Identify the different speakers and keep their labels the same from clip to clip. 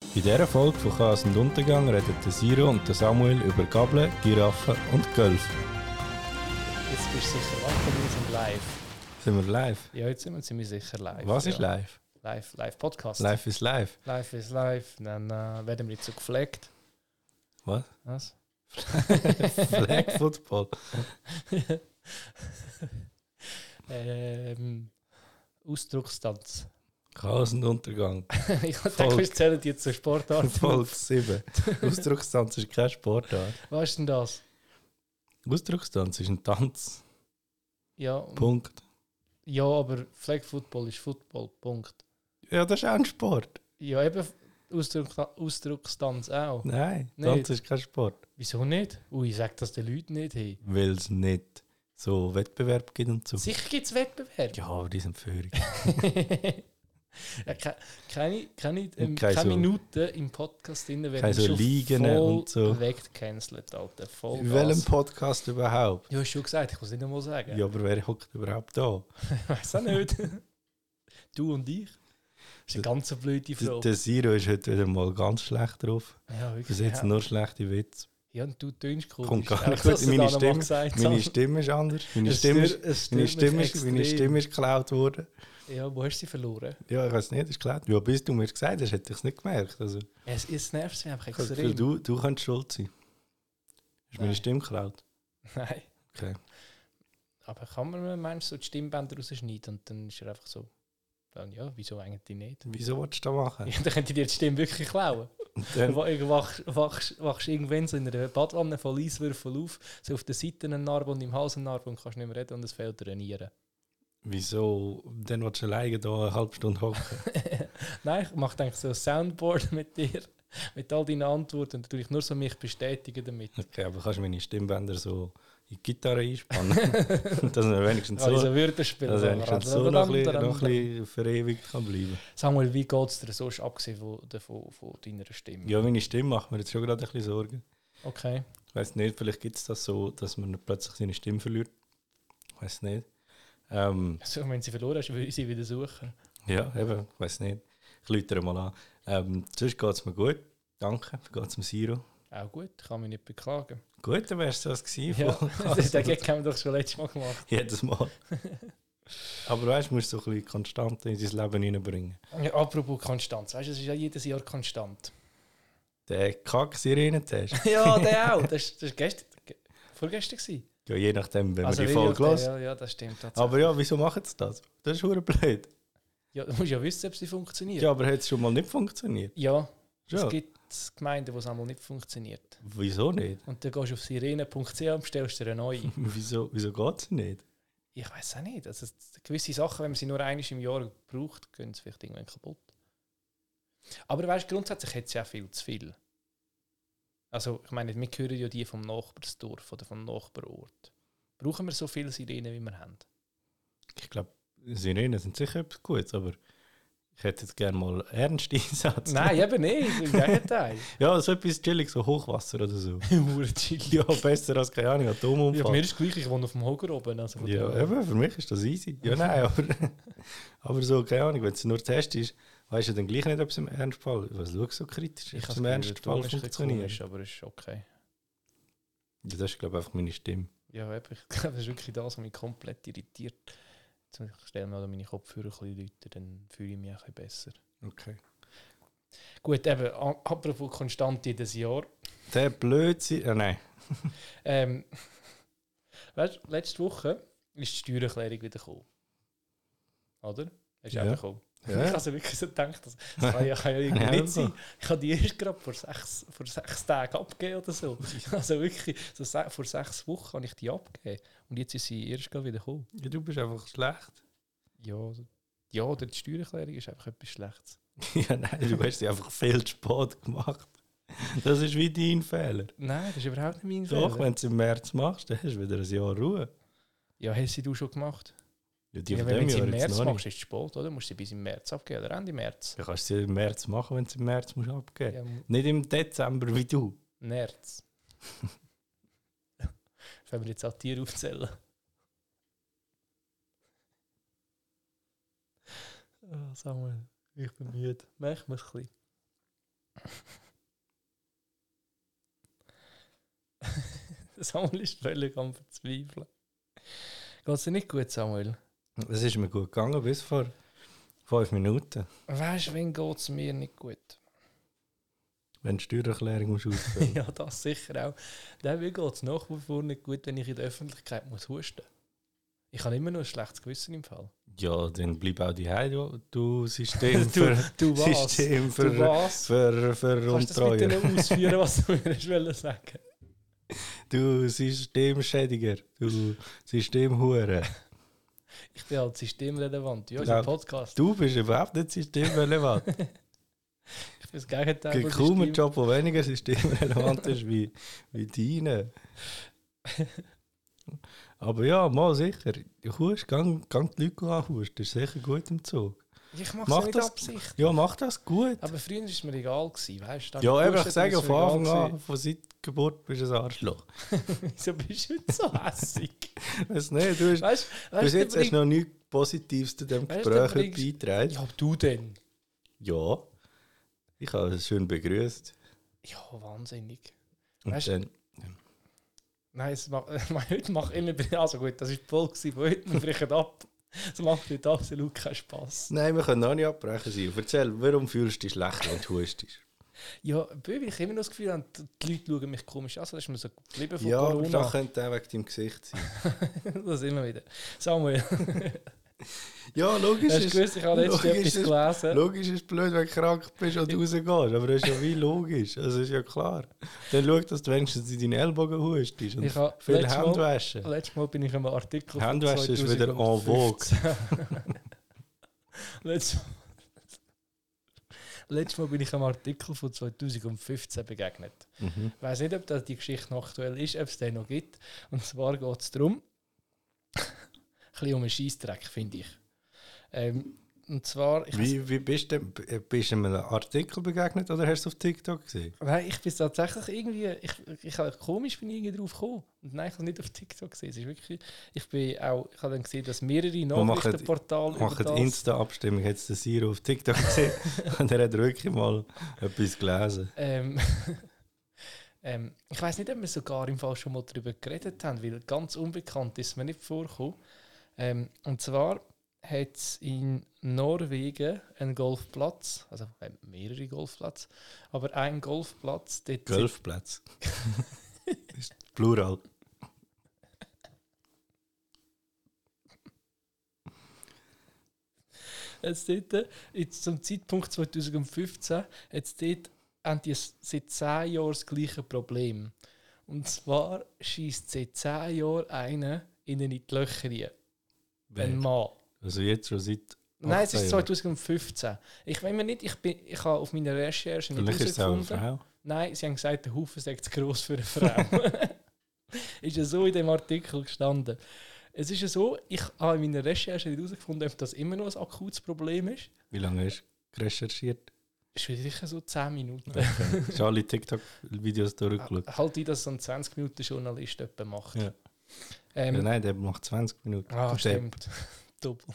Speaker 1: In dieser Folge von Chaos und Untergang reden der Siro und der Samuel über Gabeln, Giraffen und Gölfe.
Speaker 2: Jetzt bist du sicher wach, wir sind live.
Speaker 1: Sind wir live?
Speaker 2: Ja, jetzt sind wir ziemlich sicher live.
Speaker 1: Was
Speaker 2: ja.
Speaker 1: ist live?
Speaker 2: Live, live Podcast.
Speaker 1: Live ist live.
Speaker 2: Live ist live. Dann äh, werden wir jetzt so gefleckt.
Speaker 1: Was?
Speaker 2: Was?
Speaker 1: Flag Football.
Speaker 2: ähm, Ausdruckstanz.
Speaker 1: Chaos und Untergang.
Speaker 2: ich denke, wir zählen jetzt zur Sportart.
Speaker 1: Folge 7. Ausdruckstanz ist kein Sportart.
Speaker 2: Was ist denn das?
Speaker 1: Ausdruckstanz ist ein Tanz.
Speaker 2: Ja,
Speaker 1: Punkt.
Speaker 2: ja aber Flag Football ist Football. Punkt.
Speaker 1: Ja, das ist auch ein Sport.
Speaker 2: Ja, eben Ausdruck, Ausdruckstanz auch.
Speaker 1: Nein,
Speaker 2: Nicht.
Speaker 1: Tanz ist kein Sport.
Speaker 2: Wieso nicht? Ui, sag das den Leuten nicht. Hey.
Speaker 1: Weil es nicht so Wettbewerb gibt und so.
Speaker 2: Sicher gibt es Wettbewerb.
Speaker 1: Ja, aber die sind völlig.
Speaker 2: ja, ke- keine keine, ähm,
Speaker 1: Und keine
Speaker 2: keine
Speaker 1: so-
Speaker 2: Minute im Podcast drin werden
Speaker 1: keine so
Speaker 2: schon
Speaker 1: Liegen
Speaker 2: voll
Speaker 1: und so.
Speaker 2: weggecancelt, Alter. Voll
Speaker 1: In welchem
Speaker 2: Gas.
Speaker 1: Podcast überhaupt?
Speaker 2: Du hast schon gesagt, ich muss nicht einmal sagen.
Speaker 1: Ja, aber wer hockt überhaupt da?
Speaker 2: Ich weiß auch nicht. du und ich. Das ist eine ganz blöde
Speaker 1: Der,
Speaker 2: Frage.
Speaker 1: der Siro ist heute wieder mal ganz schlecht drauf.
Speaker 2: Ja,
Speaker 1: Bis
Speaker 2: wirklich.
Speaker 1: jetzt
Speaker 2: Ja.
Speaker 1: nur schlechte Witze.
Speaker 2: ja, und du tönst komisch.
Speaker 1: Kommt gar nicht
Speaker 2: Auch, dass
Speaker 1: gut.
Speaker 2: du
Speaker 1: Meine
Speaker 2: das noch mal
Speaker 1: Stimme-
Speaker 2: gesagt
Speaker 1: Meine
Speaker 2: hast.
Speaker 1: Stimme ist anders. Meine
Speaker 2: Es
Speaker 1: Stimme ist,
Speaker 2: stört- es
Speaker 1: meine
Speaker 2: stört
Speaker 1: Stimme
Speaker 2: mich
Speaker 1: ist, meine
Speaker 2: extrem.
Speaker 1: Stimme ist geklaut worden.
Speaker 2: Ja, wo hast du sie verloren?
Speaker 1: Ja, ich weiß nicht, ist geklaut. Ja, bis du mir gesagt hast, hätte ich es nicht gemerkt. Also, ich
Speaker 2: Es, es nervt mich einfach
Speaker 1: habe das Gefühl,
Speaker 2: extrem.
Speaker 1: du, du kannst schuld sein. Ist meine
Speaker 2: Nein.
Speaker 1: Stimme geklaut?
Speaker 2: Nein.
Speaker 1: Okay.
Speaker 2: Aber kann man, meinst du, so die Stimmbänder rausschneiden und dann ist er einfach so, dann ja, wieso eigentlich nicht?
Speaker 1: Wieso willst du das machen?
Speaker 2: Ja, dann könnte ich dir die Stimme wirklich klauen.
Speaker 1: Und
Speaker 2: Dann
Speaker 1: dann,
Speaker 2: wachst wachst- wachst du irgendwann so in einer Badwanne voll Eiswürfel auf, so auf der Seite einen Narben und im Hals einen Narben und kannst nicht mehr reden und es fehlt dir eine Niere.
Speaker 1: wieso? Dann willst du alleine da eine halbe Stunde hocken.
Speaker 2: Nein, ich mache eigentlich so ein Soundboard mit dir, mit all deinen Antworten und natürlich nur so mich bestätigen damit.
Speaker 1: Okay, aber kannst du meine Stimmbänder so in die Gitarre einspannen? dass man wenigstens
Speaker 2: Kann ich
Speaker 1: so,
Speaker 2: so Würden spielen.
Speaker 1: dass ich schon so noch ein bisschen, noch ein bisschen verewigt kann bleiben
Speaker 2: Samuel, wie geht es dir sonst, abgesehen von, davon- von deiner Stimme?
Speaker 1: Ja, meine Stimme macht mir jetzt schon gerade ein bisschen Sorgen.
Speaker 2: Okay.
Speaker 1: Ich weiß nicht, vielleicht gibt es das so, dass man plötzlich seine Stimme verliert. Ich weiß nicht. Ähm,
Speaker 2: Also, wenn sie verloren hast, will ich sie wieder suchen.
Speaker 1: ja, eben, ich weiß nicht. Ich läutere mal an. Ähm, sonst geht es mir gut. Danke, wie geht es mir, Siro?
Speaker 2: Auch gut, kann mich nicht beklagen.
Speaker 1: Gut, dann wärst du das gewesen.
Speaker 2: Ja,
Speaker 1: von-
Speaker 2: das den Gag haben wir doch schon letztes Mal gemacht.
Speaker 1: Jedes Mal. Aber weißt du, musst so ein bisschen konstant in dein Leben hineinbringen.
Speaker 2: Ja, apropos Konstanz, weißt du, das ist ja jedes Jahr konstant.
Speaker 1: Der Kack-Sirenentest.
Speaker 2: ja, der auch. Das war gestern, ge- vorgestern. gewesen.
Speaker 1: Ja, je nachdem, wenn
Speaker 2: Also,
Speaker 1: man die
Speaker 2: wie
Speaker 1: Folge
Speaker 2: auch
Speaker 1: hört.
Speaker 2: der- ja, ja, das stimmt. Tatsächlich.
Speaker 1: Aber ja, wieso machen sie das? Das ist verdammt blöd.
Speaker 2: ja, du musst ja wissen, ob sie funktioniert.
Speaker 1: Ja, aber hat es schon mal nicht funktioniert?
Speaker 2: Ja,
Speaker 1: Ja.
Speaker 2: es gibt Gemeinden, wo es einmal nicht funktioniert.
Speaker 1: Wieso nicht?
Speaker 2: Und dann gehst du auf sirene.ch und bestellst dir eine neue.
Speaker 1: Wieso, wieso geht es nicht?
Speaker 2: ich weiß auch nicht. Also, es- gewisse Sachen, wenn man sie nur einmal im Jahr braucht, gehen sie vielleicht irgendwann kaputt. Aber weißt, grundsätzlich hat es ja auch viel zu viel. Also, ich meine, wir hören ja die vom Nachbarsdorf oder vom Nachbarort. Brauchen wir so viele Sirenen, wie wir haben?
Speaker 1: Ich glaube, Sirenen sind sicher etwas Gutes, aber ich hätte jetzt gerne mal ernst Einsatz.
Speaker 2: Nein, eben nicht. Im Gegenteil.
Speaker 1: Ja, so etwas chillig, so Hochwasser oder so.
Speaker 2: Urchili.
Speaker 1: Ja, besser als, keine Ahnung,
Speaker 2: Ja,
Speaker 1: Atomunfall.
Speaker 2: mir
Speaker 1: Ja,
Speaker 2: ist gleich, ich wohne auf dem Hoger oben. Also von dem her.
Speaker 1: eben, für mich ist das easy. Ja, nein, aber, aber so, keine Ahnung, wenn es nur Test ist, weißt du dann gleich nicht, ob es im Ernstfall, was schaust du so kritisch, ob
Speaker 2: ich
Speaker 1: es
Speaker 2: habe
Speaker 1: im Ernstfall funktioniert.
Speaker 2: Komisch, aber es ist okay.
Speaker 1: Ja, das ist, glaube ich, einfach meine Stimme.
Speaker 2: Ja, eben, ich glaube, das ist wirklich das, was mich komplett irritiert. Jetzt muss ich stelle mir meine Kopfhörer ein bisschen lauter, dann fühle ich mich ein bisschen besser.
Speaker 1: Okay.
Speaker 2: Gut, eben, a- apropos konstant jedes Jahr.
Speaker 1: Der Blödsinn, ah, nein.
Speaker 2: Ähm, weißt, du, letzte Woche ist die Steuererklärung wieder gekommen. Oder? Ist
Speaker 1: Ja.
Speaker 2: auch gekommen. Ich habe wirklich so gedacht, das, das kann ja, kann ja
Speaker 1: Ja,
Speaker 2: irgendwie nicht
Speaker 1: so.
Speaker 2: sein. Ich habe die erst gerade vor sechs, vor sechs Tagen abgegeben oder so. Also wirklich, so se vor sechs Wochen habe ich die abgegeben. Und jetzt ist sie erst gerade wieder gekommen.
Speaker 1: Ja, du bist einfach schlecht.
Speaker 2: Ja, also- ja, oder die Steuererklärung ist einfach etwas Schlechtes.
Speaker 1: Ja, nein, du hast dich einfach viel zu spät gemacht. Das ist wie dein Fehler.
Speaker 2: Nein, das ist überhaupt nicht mein
Speaker 1: Doch,
Speaker 2: Fehler.
Speaker 1: wenn du es im März machst, dann hast du wieder ein Jahr Ruhe.
Speaker 2: Ja, hast sie du schon gemacht?
Speaker 1: Ja, die
Speaker 2: Ja,
Speaker 1: von
Speaker 2: wenn du
Speaker 1: dem
Speaker 2: es
Speaker 1: Jahr
Speaker 2: im
Speaker 1: jetzt
Speaker 2: März
Speaker 1: noch
Speaker 2: machst,
Speaker 1: nicht.
Speaker 2: ist es spät, oder? Musst du sie bis im März abgeben oder Ende März?
Speaker 1: Du kannst sie im März machen, wenn du es im März musst abgeben
Speaker 2: Ja, im
Speaker 1: Nicht im Dezember wie du.
Speaker 2: März. Wenn wir jetzt auch Tiere aufzählen. Ah, Oh, Samuel, ich bin müde. Merk mir ein bisschen. Samuel ist völlig am Verzweifeln. Geht dir nicht gut, Samuel?
Speaker 1: Es ist mir gut gegangen bis vor fünf Minuten,
Speaker 2: Weißt du, wen geht es mir nicht gut?
Speaker 1: wenn die Steuererklärung musst ausfüllen
Speaker 2: ja, das sicher auch. Dann mir geht es nach wie vor nicht gut, wenn ich in der Öffentlichkeit muss husten muss. Ich habe immer noch ein schlechtes Gewissen im Fall.
Speaker 1: Ja, dann bleib auch die Heide, du System
Speaker 2: Du-
Speaker 1: für,
Speaker 2: Du was?
Speaker 1: System für,
Speaker 2: Du was?
Speaker 1: für, für
Speaker 2: Kannst du das bitte
Speaker 1: Untreuer.
Speaker 2: noch ausführen, was du mir hast wollen sagen?
Speaker 1: Du Systemschädiger, du Systemhure.
Speaker 2: Ich bin halt systemrelevant. Ja, ist
Speaker 1: Ja.
Speaker 2: ein Podcast.
Speaker 1: Du bist überhaupt nicht systemrelevant.
Speaker 2: Ich bin das Gegenteil.
Speaker 1: Es gibt
Speaker 2: von
Speaker 1: kaum einen
Speaker 2: System-
Speaker 1: Job, der weniger systemrelevant ist wie, wie deine. Aber ja, mal sicher. Hust, gang, gang die Leute anhusten, das ist sicher gut im Zug.
Speaker 2: Ich mache
Speaker 1: Mach
Speaker 2: es nicht
Speaker 1: das-
Speaker 2: absichtlich.
Speaker 1: Ja, mach das gut.
Speaker 2: Aber früher war es mir egal, gewesen, weißt du?
Speaker 1: Ja,
Speaker 2: Dann
Speaker 1: eben, ich
Speaker 2: gehustet,
Speaker 1: sage
Speaker 2: ist
Speaker 1: von
Speaker 2: mir
Speaker 1: Anfang
Speaker 2: egal
Speaker 1: an, von seit Geburt bist du ein Arschloch.
Speaker 2: gewesen. Wieso bist du heute so hässig?
Speaker 1: Weiss nicht, du hast,
Speaker 2: Weißt du,
Speaker 1: bis
Speaker 2: weißt,
Speaker 1: jetzt
Speaker 2: du,
Speaker 1: hast
Speaker 2: bring-
Speaker 1: du noch nichts Positives zu diesem
Speaker 2: Weißt du,
Speaker 1: Gespräch
Speaker 2: du bringst-
Speaker 1: beitragen.
Speaker 2: Ja, aber du denn?
Speaker 1: Ja, ich habe es schön begrüßt.
Speaker 2: Ja, wahnsinnig.
Speaker 1: Und
Speaker 2: Weißt du-
Speaker 1: dann,
Speaker 2: Nein, es macht, heute macht immer. Also gut, das war voll gewesen von heute. Wir brechen ab. Es macht heute absolut keinen Spass.
Speaker 1: nein, wir können noch nicht abbrechen. Simon. Erzähl, warum fühlst du dich schlecht, wenn du hustest?
Speaker 2: Ja, weil ich immer noch das Gefühl habe, die Leute schauen mich komisch an. Also, das ist mir so geblieben von
Speaker 1: Ja, aber das
Speaker 2: Corona.
Speaker 1: könnte auch wegen deinem Gesicht sein.
Speaker 2: Das immer wieder. Samuel,
Speaker 1: Ja, logisch
Speaker 2: hast du
Speaker 1: ist,
Speaker 2: gewusst, ich habe letztens
Speaker 1: logisch
Speaker 2: etwas
Speaker 1: ist-
Speaker 2: gelesen.
Speaker 1: logisch ist blöd, wenn du krank bist und rausgehst. Aber das ist ja wie logisch. Das ist ja klar. Dann schau, dass du wenigstens in deinen Ellbogen hustest und
Speaker 2: Ich habe
Speaker 1: viel
Speaker 2: letztes Mal-
Speaker 1: Handwaschen.
Speaker 2: Letztes Mal bin ich einem Artikel von
Speaker 1: Handwaschen ist wieder en
Speaker 2: 2015. Letztes Mal- Letztes Mal bin ich einem Artikel von 2015 begegnet.
Speaker 1: Mhm.
Speaker 2: Ich weiß nicht, ob das die Geschichte noch aktuell ist, ob es den noch gibt. Und zwar geht es darum, ein bisschen um einen Scheissdreck, finde ich. Ähm, und zwar, ich, weiss-
Speaker 1: Wie, wie bist du denn- bist du einem Artikel begegnet oder hast du es auf TikTok gesehen?
Speaker 2: nein, ich bin tatsächlich irgendwie, ich, ich, ich komisch bin ich irgendwie drauf gekommen. Und nein, ich habe es nicht auf TikTok gesehen. Es ist wirklich, ich bin auch, ich habe dann gesehen, dass mehrere
Speaker 1: machen-
Speaker 2: Nachrichtenportale über
Speaker 1: Macht
Speaker 2: das...
Speaker 1: Insta-Abstimmung, hat es der Siro auf TikTok gesehen und er hat wirklich mal etwas gelesen.
Speaker 2: Ähm, ähm, ich weiß nicht, ob wir sogar im Fall schon mal darüber geredet haben, weil ganz unbekannt ist mir nicht vorgekommen. Ähm, und zwar hat es in Norwegen einen Golfplatz, also äh, mehrere Golfplätze, aber einen Golfplatz, dort
Speaker 1: Golfplatz. ist Plural.
Speaker 2: jetzt dort, äh, jetzt zum Zeitpunkt 2015, jetzt dort haben die s- seit 10 Jahren das gleiche Problem. Und zwar schießt seit 10 Jahren einer innen in die Löcher rein. Ein Mann.
Speaker 1: Also jetzt schon seit.
Speaker 2: Nein, es
Speaker 1: 18
Speaker 2: ist
Speaker 1: Jahre.
Speaker 2: 2015. Ich weiß mir nicht, ich, bin, ich habe auf meiner Recherche nicht
Speaker 1: Vielleicht ist es auch eine
Speaker 2: herausgefunden.
Speaker 1: Frau.
Speaker 2: Nein, sie haben gesagt, der Haufen sei zu gross für eine Frau. ist ja so in dem Artikel gestanden. Es ist ja so, ich habe in meiner Recherche nicht herausgefunden, ob das immer noch ein akutes Problem ist.
Speaker 1: Wie lange hast du recherchiert?
Speaker 2: Ist sicher so 10 Minuten.
Speaker 1: Hast du alle TikTok-Videos durchgeschaut?
Speaker 2: halt ich, dass so ein 20-Minuten-Journalist jemand macht.
Speaker 1: Ja.
Speaker 2: Ähm,
Speaker 1: Ja, nein, der macht 20 Minuten.
Speaker 2: Ah,
Speaker 1: Der-
Speaker 2: stimmt. Doppel.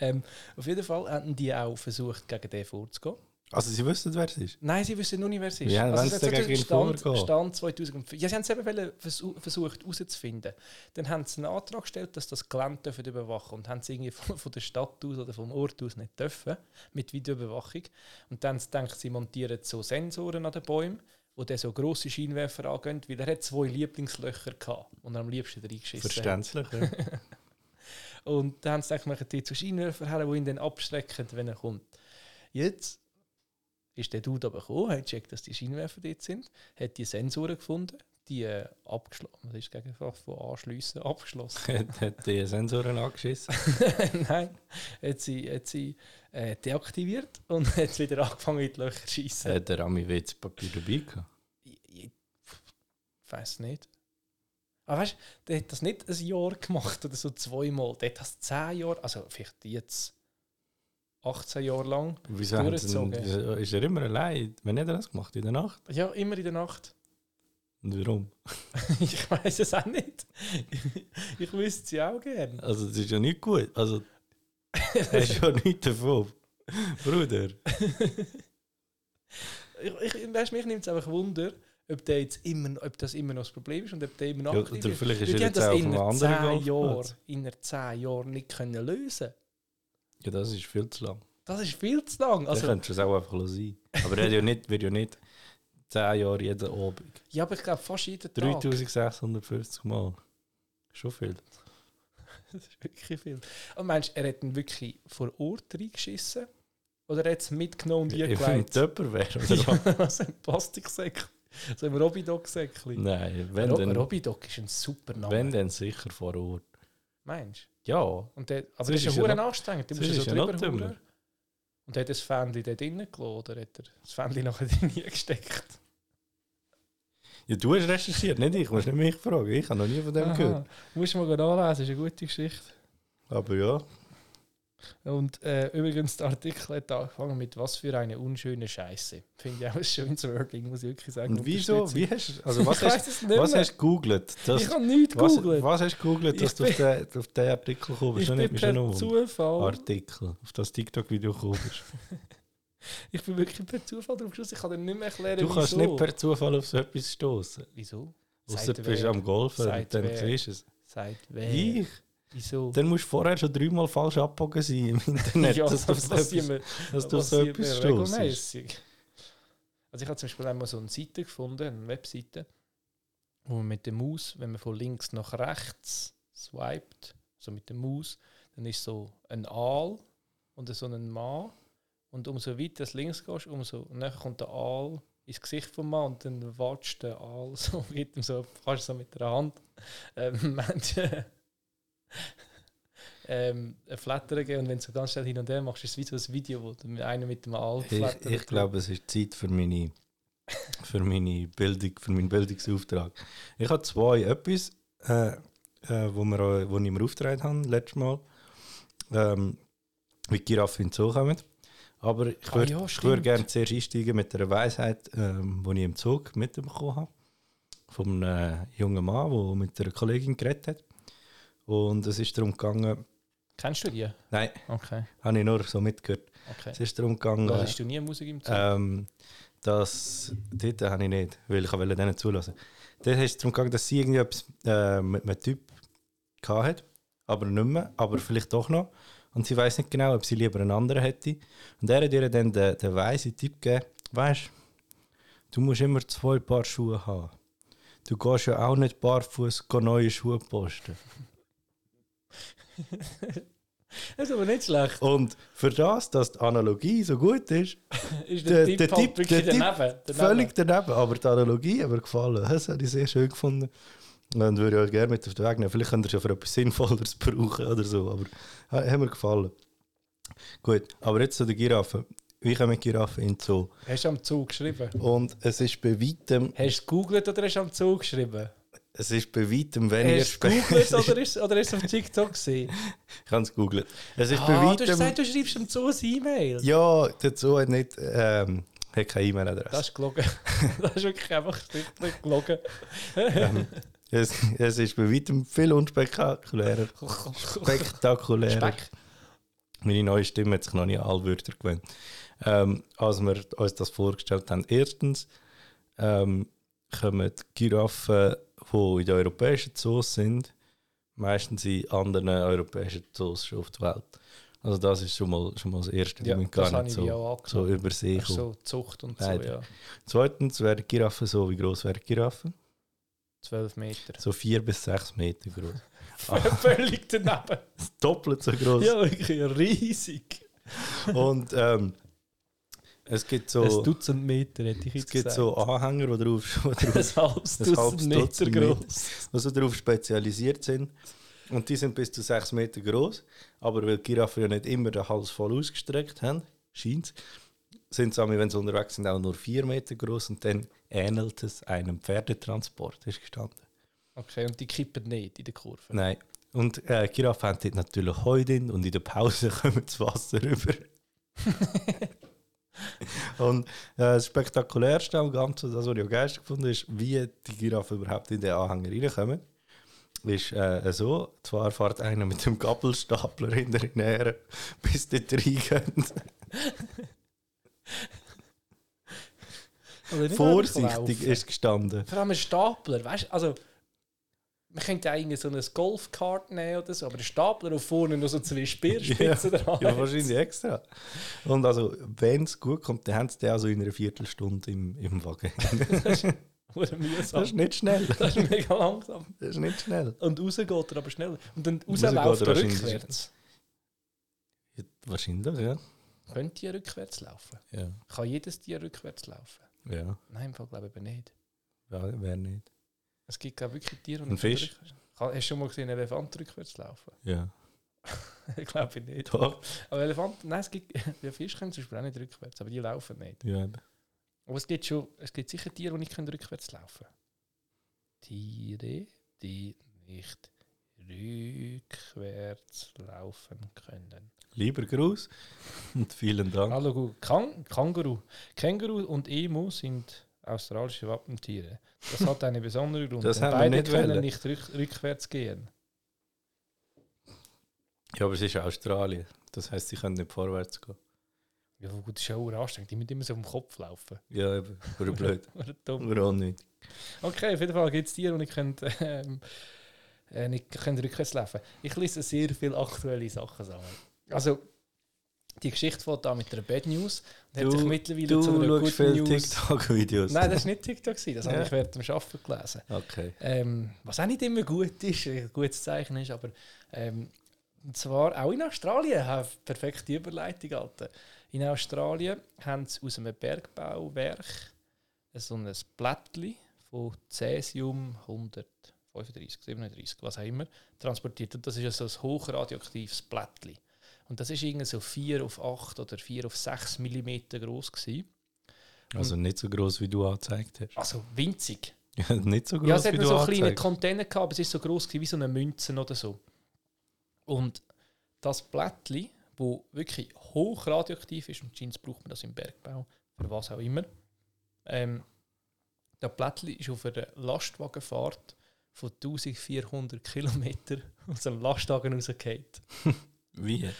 Speaker 2: Ähm, auf jeden Fall haben die auch versucht, gegen den vorzugehen.
Speaker 1: Also sie wissen, wer es ist.
Speaker 2: Nein, sie wissen nur nicht, wer es ist. Also,
Speaker 1: Ja, wenn
Speaker 2: es
Speaker 1: sie
Speaker 2: hat so
Speaker 1: dagegen
Speaker 2: den
Speaker 1: vorgehen.
Speaker 2: Stand, Stand 2005. Ja, sie haben es eben wollen versu- versucht herauszufinden. Dann haben sie einen Antrag gestellt, dass das Gelände dürfen überwachen und haben es irgendwie von, von der Stadt aus oder vom Ort aus nicht dürfen mit Videoüberwachung. Und dann haben sie gedacht, sie montieren so Sensoren an den Bäumen, wo dann so grosse Scheinwerfer angehen, weil er hat zwei Lieblingslöcher gehabt und er am liebsten reingeschissen hat.
Speaker 1: Verständlich. Ja.
Speaker 2: Und dann haben sie gedacht, wir machen die zu Scheinwerfer her, die ihn dann abschrecken, wenn er kommt. Jetzt ist der Dude aber gekommen, hat gecheckt, dass die Scheinwerfer dort sind, hat die Sensoren gefunden, die äh, abgeschlossen, das ist das Gegenfach von anschliessen, abgeschlossen.
Speaker 1: hat, hat die Sensoren angeschissen.
Speaker 2: Nein, hat sie, hat sie äh, deaktiviert und hat wieder angefangen in die Löcher zu schiessen.
Speaker 1: hat der Ami WC Papier dabei gehabt?
Speaker 2: Ich, ich weiß nicht. Aber weißt du, der hat das nicht ein Jahr gemacht oder so zweimal. Der hat das zehn Jahre, also vielleicht jetzt 18 Jahre lang.
Speaker 1: Wieso haben sie ihn-
Speaker 2: Durchgezogen.
Speaker 1: ist er immer allein? Wann hat er das gemacht? In der Nacht?
Speaker 2: Ja, immer in der Nacht.
Speaker 1: Und warum?
Speaker 2: ich weiß es auch nicht. ich wüsste es ja auch gerne.
Speaker 1: Also das ist ja nicht gut. Also er ist ja nicht davon. Bruder.
Speaker 2: Ich, ich, weißt, mich nimmt es einfach Wunder, ob, der jetzt immer, noch- ob das immer noch das Problem ist und ob der immer noch
Speaker 1: Ja,
Speaker 2: aktiv
Speaker 1: oder
Speaker 2: ist.
Speaker 1: vielleicht ist
Speaker 2: Weil
Speaker 1: er
Speaker 2: die
Speaker 1: jetzt
Speaker 2: haben das
Speaker 1: auch auf
Speaker 2: in
Speaker 1: einem
Speaker 2: einer
Speaker 1: anderen
Speaker 2: zehn
Speaker 1: Golfplatz.
Speaker 2: Jahren, in einer zehn Jahren nicht können lösen
Speaker 1: Ja, das ist viel zu lang.
Speaker 2: Das ist viel zu lang.
Speaker 1: Also,
Speaker 2: Also,
Speaker 1: dann könntest du es auch einfach sein. Aber er hat ja nicht, wird ja nicht 10 Jahre jeden Abend.
Speaker 2: ja, aber ich glaube fast jeden Tag.
Speaker 1: 3650 Mal. Schon viel.
Speaker 2: Das ist wirklich viel. Und meinst du, er hat ihn wirklich vor Ort reingeschissen? Oder er hat es mitgenommen und
Speaker 1: Ich finde,
Speaker 2: eingelegt?
Speaker 1: Töpper wäre. oder was?
Speaker 2: Ja, so ein Plastiksäckchen. So ein Robidoc-Säckchen.
Speaker 1: Nein, wenn
Speaker 2: Rob
Speaker 1: dann,
Speaker 2: Robidoc ist ein super Name.
Speaker 1: wenn dann sicher vor Ort.
Speaker 2: Meinst
Speaker 1: Ja,
Speaker 2: du? Und der, aber
Speaker 1: Sonst
Speaker 2: das ist
Speaker 1: ist
Speaker 2: ja
Speaker 1: er
Speaker 2: hure
Speaker 1: noch-
Speaker 2: anstrengend. Du
Speaker 1: sonst
Speaker 2: musst ja
Speaker 1: ist
Speaker 2: so
Speaker 1: er
Speaker 2: drüber
Speaker 1: noch dümmer.
Speaker 2: hauen. Und hat das Fähnchen dort drinnen gelassen? Oder hat er das Fähnchen nachher drin gesteckt?
Speaker 1: ja du hast recherchiert, nicht ich. Du musst nicht mich fragen. Ich habe noch nie von dem gehört.
Speaker 2: Musst du mal nachlesen, ist eine gute Geschichte.
Speaker 1: Aber ja,
Speaker 2: Und äh, übrigens, der Artikel hat angefangen mit «Was für eine unschöne Scheiße». Finde ich auch ein schönes Wording, muss ich wirklich sagen.
Speaker 1: und wieso? Wie hast, also was,
Speaker 2: ich
Speaker 1: hast,
Speaker 2: weiß es nicht
Speaker 1: was
Speaker 2: mehr.
Speaker 1: hast du gegoogelt? dass-
Speaker 2: ich habe nichts
Speaker 1: was,
Speaker 2: gegoogelt.
Speaker 1: was hast du gegoogelt, dass
Speaker 2: Ich
Speaker 1: du auf den, auf den Artikel kommst?
Speaker 2: Ich
Speaker 1: Das nimmt
Speaker 2: bin
Speaker 1: mich schon
Speaker 2: per
Speaker 1: um.
Speaker 2: Zufall...
Speaker 1: Artikel, auf das TikTok-Video kommst.
Speaker 2: Ich bin wirklich per Zufall drauf geschossen. Ich kann dir nicht mehr erklären,
Speaker 1: Du kannst
Speaker 2: wieso.
Speaker 1: nicht per Zufall auf so etwas stoßen.
Speaker 2: Wieso?
Speaker 1: Außer
Speaker 2: Seit
Speaker 1: du bist
Speaker 2: wer?
Speaker 1: am Golfen
Speaker 2: Seit
Speaker 1: und dann
Speaker 2: wer?
Speaker 1: siehst du es.
Speaker 2: Seit wer?
Speaker 1: Ich?
Speaker 2: Wieso?
Speaker 1: Dann musst du vorher schon dreimal falsch abgebogen sein im Internet,
Speaker 2: ja,
Speaker 1: dass
Speaker 2: das
Speaker 1: du auf so
Speaker 2: passiert
Speaker 1: etwas-
Speaker 2: mir,
Speaker 1: dass du auf so
Speaker 2: passiert
Speaker 1: etwas
Speaker 2: mir
Speaker 1: stoßt.
Speaker 2: regelmässig. Also ich habe zum Beispiel einmal so eine Seite gefunden, eine Webseite, wo man mit der Maus, wenn man von links nach rechts swiped, so mit der Maus, dann ist so ein Aal und so ein Mann. Und umso weiter du links gehst, umso näher kommt der Aal ins Gesicht vom Mann und dann watscht der Aal so, gibt ihm so, fast so mit der Hand ähm, Menschen ähm, ein Flattern geben. Und wenn du so ganz schnell hin und her machst, ist es wie so ein Video, wo du mit einer mit dem Aal
Speaker 1: Ich, ich glaube, es ist Zeit für meine, für meine Bildung, für meinen Bildungsauftrag. Ich habe zwei etwas, äh, äh, wo, wir, auch- wo ich mir aufgetragen habe, letztes Mal, ähm, wie die Giraffe hinzukommen. Aber ich
Speaker 2: Ah,
Speaker 1: würde
Speaker 2: ja,
Speaker 1: ich würde
Speaker 2: stimmt.
Speaker 1: gerne zuerst einsteigen mit einer Weisheit, ähm, die ich im Zug mitbekommen habe. Von einem äh, jungen Mann, der mit einer Kollegin geredet hat. Und es ist darum gegangen,
Speaker 2: Kennst du die?
Speaker 1: nein,
Speaker 2: Okay.
Speaker 1: habe ich nur so mitgehört.
Speaker 2: okay.
Speaker 1: Es ist äh, darum gegangen.
Speaker 2: Hörst du nie Musik im Zug?
Speaker 1: Ähm, das dort habe ich nicht, weil ich wollte denen zulassen. Dort ist es darum gegangen, dass sie irgendwie etwas äh, mit einem Typ hatte, aber nicht mehr, aber vielleicht doch noch. Und sie weiß nicht genau, ob sie lieber einen anderen hätte. Und er hat ihr dann den, den weisen Tipp gegeben, weißt du, musst immer zwei Paar Schuhe haben. Du gehst ja auch nicht barfuß neue Schuhe posten.
Speaker 2: Das ist aber nicht schlecht.
Speaker 1: Und für das, dass die Analogie so gut ist,
Speaker 2: Ist
Speaker 1: Der-
Speaker 2: der, Tipp
Speaker 1: der
Speaker 2: halt
Speaker 1: Tipp-
Speaker 2: wirklich
Speaker 1: der Tipp-
Speaker 2: daneben? daneben.
Speaker 1: Völlig daneben, aber die Analogie hat mir gefallen. Das habe ich sehr schön gefunden. Und würde ich euch gerne mit auf den Weg nehmen. Vielleicht könnt ihr es ja für etwas Sinnvolleres brauchen oder so. Aber ha- hat mir gefallen. Gut, aber jetzt zu den Giraffen. Wie kommen Giraffen in den Zoo?
Speaker 2: Hast du am Zug geschrieben?
Speaker 1: Und es ist bei weitem,
Speaker 2: Hast du es gegoogelt oder hast du am Zug geschrieben?
Speaker 1: es ist bei weitem weniger
Speaker 2: Hast du es
Speaker 1: spät.
Speaker 2: gegoogelt oder ist, oder ist es auf TikTok gesehen?
Speaker 1: Ich kann es googeln. Es ist
Speaker 2: Ah,
Speaker 1: bei
Speaker 2: du hast gesagt,
Speaker 1: weitem.
Speaker 2: du schreibst am Zug ein E-Mail.
Speaker 1: Ja, der Zoo hat, nicht, ähm, hat keine E-Mail-Adresse.
Speaker 2: Das ist gelogen. Das ist wirklich einfach schriftlich gelogen.
Speaker 1: Es, es ist bei weitem viel unspektakulärer. Spektakulärer.
Speaker 2: Speck.
Speaker 1: Meine neue Stimme hat sich noch nicht an Allwörter gewöhnt. Ähm, als wir uns das vorgestellt haben, erstens ähm, kommen die Giraffen, die in den europäischen Zoos sind, meistens in anderen europäischen Zoos schon auf der Welt. Also das ist schon mal, schon mal das Erste, die
Speaker 2: Ja,
Speaker 1: müssen
Speaker 2: das
Speaker 1: gar
Speaker 2: habe ich
Speaker 1: nicht
Speaker 2: so,
Speaker 1: so,
Speaker 2: auch
Speaker 1: so
Speaker 2: angeschaut.
Speaker 1: über See kommen.
Speaker 2: So Zucht und so,
Speaker 1: Leider.
Speaker 2: ja.
Speaker 1: Zweitens wären Giraffen so, wie groß wären Giraffen?
Speaker 2: 12 Meter.
Speaker 1: So vier bis sechs Meter groß.
Speaker 2: Völlig daneben.
Speaker 1: Doppelt so groß.
Speaker 2: Ja, wirklich riesig.
Speaker 1: Und ähm, es gibt so...
Speaker 2: Ein Dutzend Meter hätte ich
Speaker 1: Es
Speaker 2: jetzt
Speaker 1: gibt
Speaker 2: gesagt.
Speaker 1: so Anhänger, die drauf, die
Speaker 2: ein
Speaker 1: drauf,
Speaker 2: halbes
Speaker 1: ein halbes
Speaker 2: Dutzend Meter
Speaker 1: Dutzend Meter.
Speaker 2: groß.
Speaker 1: also drauf spezialisiert sind. Und die sind bis zu 6 Meter groß. Aber weil die Giraffen ja nicht immer den Hals voll ausgestreckt haben, scheint sind sie, wenn sie unterwegs sind, auch nur 4 Meter groß. Und dann ähnelt es einem Pferdetransport, ist gestanden.
Speaker 2: Okay, und die kippen nicht in der Kurve.
Speaker 1: Nein. Und äh, die Giraffen haben dort natürlich Heu drin und in der Pause kommen das Wasser rüber. und äh, das Spektakulärste am Ganzen, das, was ich auch geil gefunden habe, ist, wie die Giraffen überhaupt in den Anhänger reinkommen. Ist äh, so, zwar fährt einer mit dem Gabelstapler in der Nähe, bis die reingeht.
Speaker 2: Oder nicht
Speaker 1: vorsichtig
Speaker 2: runterlaufen.
Speaker 1: ist gestanden.
Speaker 2: Vor allem ein Stapler, weißt du, also man könnte eigentlich so ein Golfkart nehmen oder so, aber ein Stapler auf vorne nur so zwei Speerspitzen dran.
Speaker 1: Ja, wahrscheinlich extra. Und also, wenn es gut kommt, dann haben sie den also in einer Viertelstunde im, im Wagen.
Speaker 2: Hure mühsam.
Speaker 1: Das ist nicht schnell.
Speaker 2: Das ist mega langsam.
Speaker 1: Das ist nicht schnell.
Speaker 2: Und raus geht er aber schneller. Und dann raus
Speaker 1: Raus geht
Speaker 2: läuft er
Speaker 1: er wahrscheinlich-
Speaker 2: rückwärts.
Speaker 1: Ja, wahrscheinlich, ja.
Speaker 2: Könnte ja rückwärts laufen.
Speaker 1: Ja,
Speaker 2: Kann jedes Tier rückwärts laufen?
Speaker 1: ja.
Speaker 2: Nein, im Fall glaube ich eben nicht.
Speaker 1: ja wäre nicht.
Speaker 2: Es gibt glaube ich wirklich Tiere, die
Speaker 1: Ein Fisch?
Speaker 2: rückwärts- Kann- Hast du schon mal gesehen, einen Elefant rückwärts laufen?
Speaker 1: Ja.
Speaker 2: glaube ich nicht.
Speaker 1: Doch.
Speaker 2: Aber Elefanten, nein, es gibt, ja, Fische können zum Beispiel auch nicht rückwärts, aber die laufen nicht.
Speaker 1: Ja, eben.
Speaker 2: Aber es gibt, schon, es gibt sicher Tiere, die nicht können rückwärts laufen Tiere, die nicht rückwärts laufen können.
Speaker 1: Lieber Gruß und vielen Dank.
Speaker 2: Hallo, gut. Kan Känguru. Känguru und Emu sind australische Wappentiere. Das hat eine besondere Grund.
Speaker 1: Das haben
Speaker 2: denn
Speaker 1: wir
Speaker 2: beide
Speaker 1: nicht
Speaker 2: können
Speaker 1: wollen.
Speaker 2: nicht rück rückwärts gehen.
Speaker 1: Ja, aber es ist Australien. Das heisst, sie können nicht vorwärts gehen.
Speaker 2: Ja, gut, das ist ja auch anstrengend. Die müssen immer so auf dem Kopf laufen.
Speaker 1: Ja, eben. Oder blöd.
Speaker 2: Oder dumm.
Speaker 1: Oder auch nicht.
Speaker 2: Okay, auf jeden Fall gibt es Tiere, die nicht, können, ähm, äh, nicht können rückwärts laufen Ich lese sehr viele aktuelle Sachen zusammen. Also, die Geschichte fängt an mit einer Bad News und
Speaker 1: Du-
Speaker 2: hat sich mittlerweile
Speaker 1: Du
Speaker 2: zu einer
Speaker 1: schaust
Speaker 2: guten
Speaker 1: viele
Speaker 2: News...
Speaker 1: TikTok-Videos.
Speaker 2: Nein, das war nicht TikTok, gewesen, das habe
Speaker 1: Ja.
Speaker 2: ich während dem Arbeiten gelesen.
Speaker 1: Okay.
Speaker 2: Ähm, was auch nicht immer gut ist, ein gutes Zeichen ist, aber ähm, und zwar auch in Australien, ha, perfekte Überleitung, Alter. In Australien haben sie aus einem Bergbauwerk so ein Blättchen von Cäsium 135, 37, was auch immer, transportiert. Und das ist ja so ein hochradioaktives Blättchen. Und das ist irgendwie so 4 auf 8 oder 4 auf 6 Millimeter groß gewesen.
Speaker 1: Also nicht so groß, wie du angezeigt hast.
Speaker 2: Also winzig.
Speaker 1: Ja, nicht so groß,
Speaker 2: Ja, es hat
Speaker 1: wie
Speaker 2: noch
Speaker 1: du
Speaker 2: so einen kleinen
Speaker 1: angezeigt hast.
Speaker 2: Container gehabt, aber es ist so groß wie so eine Münze oder so. Und das Blättli, wo wirklich hoch radioaktiv ist, und Jeans braucht man das im Bergbau, für was auch immer, ähm, das Blättli ist auf einer Lastwagenfahrt von 1400 Kilometern aus einem Lastwagen rausgefallen.
Speaker 1: Wie?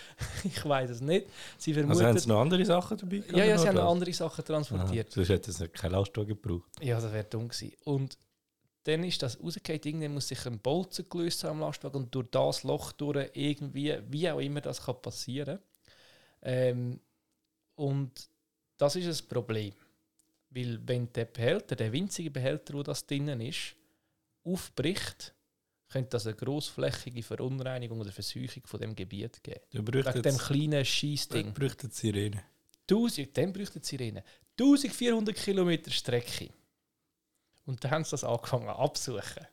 Speaker 2: Ich weiß es nicht. Sie
Speaker 1: Also haben
Speaker 2: vermuten...
Speaker 1: sie noch andere Sachen dabei?
Speaker 2: ja, ja, sie haben noch
Speaker 1: andere
Speaker 2: andere Sachen
Speaker 1: Ah,
Speaker 2: transportiert.
Speaker 1: Sonst hätte es keine Lastwagen gebraucht.
Speaker 2: Ja, das wäre dumm gewesen. Und dann ist das rausgefallen, irgendwie muss sich ein Bolzen gelöst haben am Lastwagen und durch das Loch durch irgendwie, wie auch immer das kann passieren. Ähm, und das ist ein Problem. Weil wenn der Behälter, der winzige Behälter, wo das drinnen ist, aufbricht, könnte das eine grossflächige Verunreinigung oder Verseuchung von dem Gebiet geben.
Speaker 1: Da
Speaker 2: Wegen dem
Speaker 1: bräuchten
Speaker 2: kleinen Schießding.
Speaker 1: sie Sirene.
Speaker 2: 1000, dann bräuchten sie Sirene. 1400 Kilometer Strecke. Und dann haben sie das angefangen absuchen.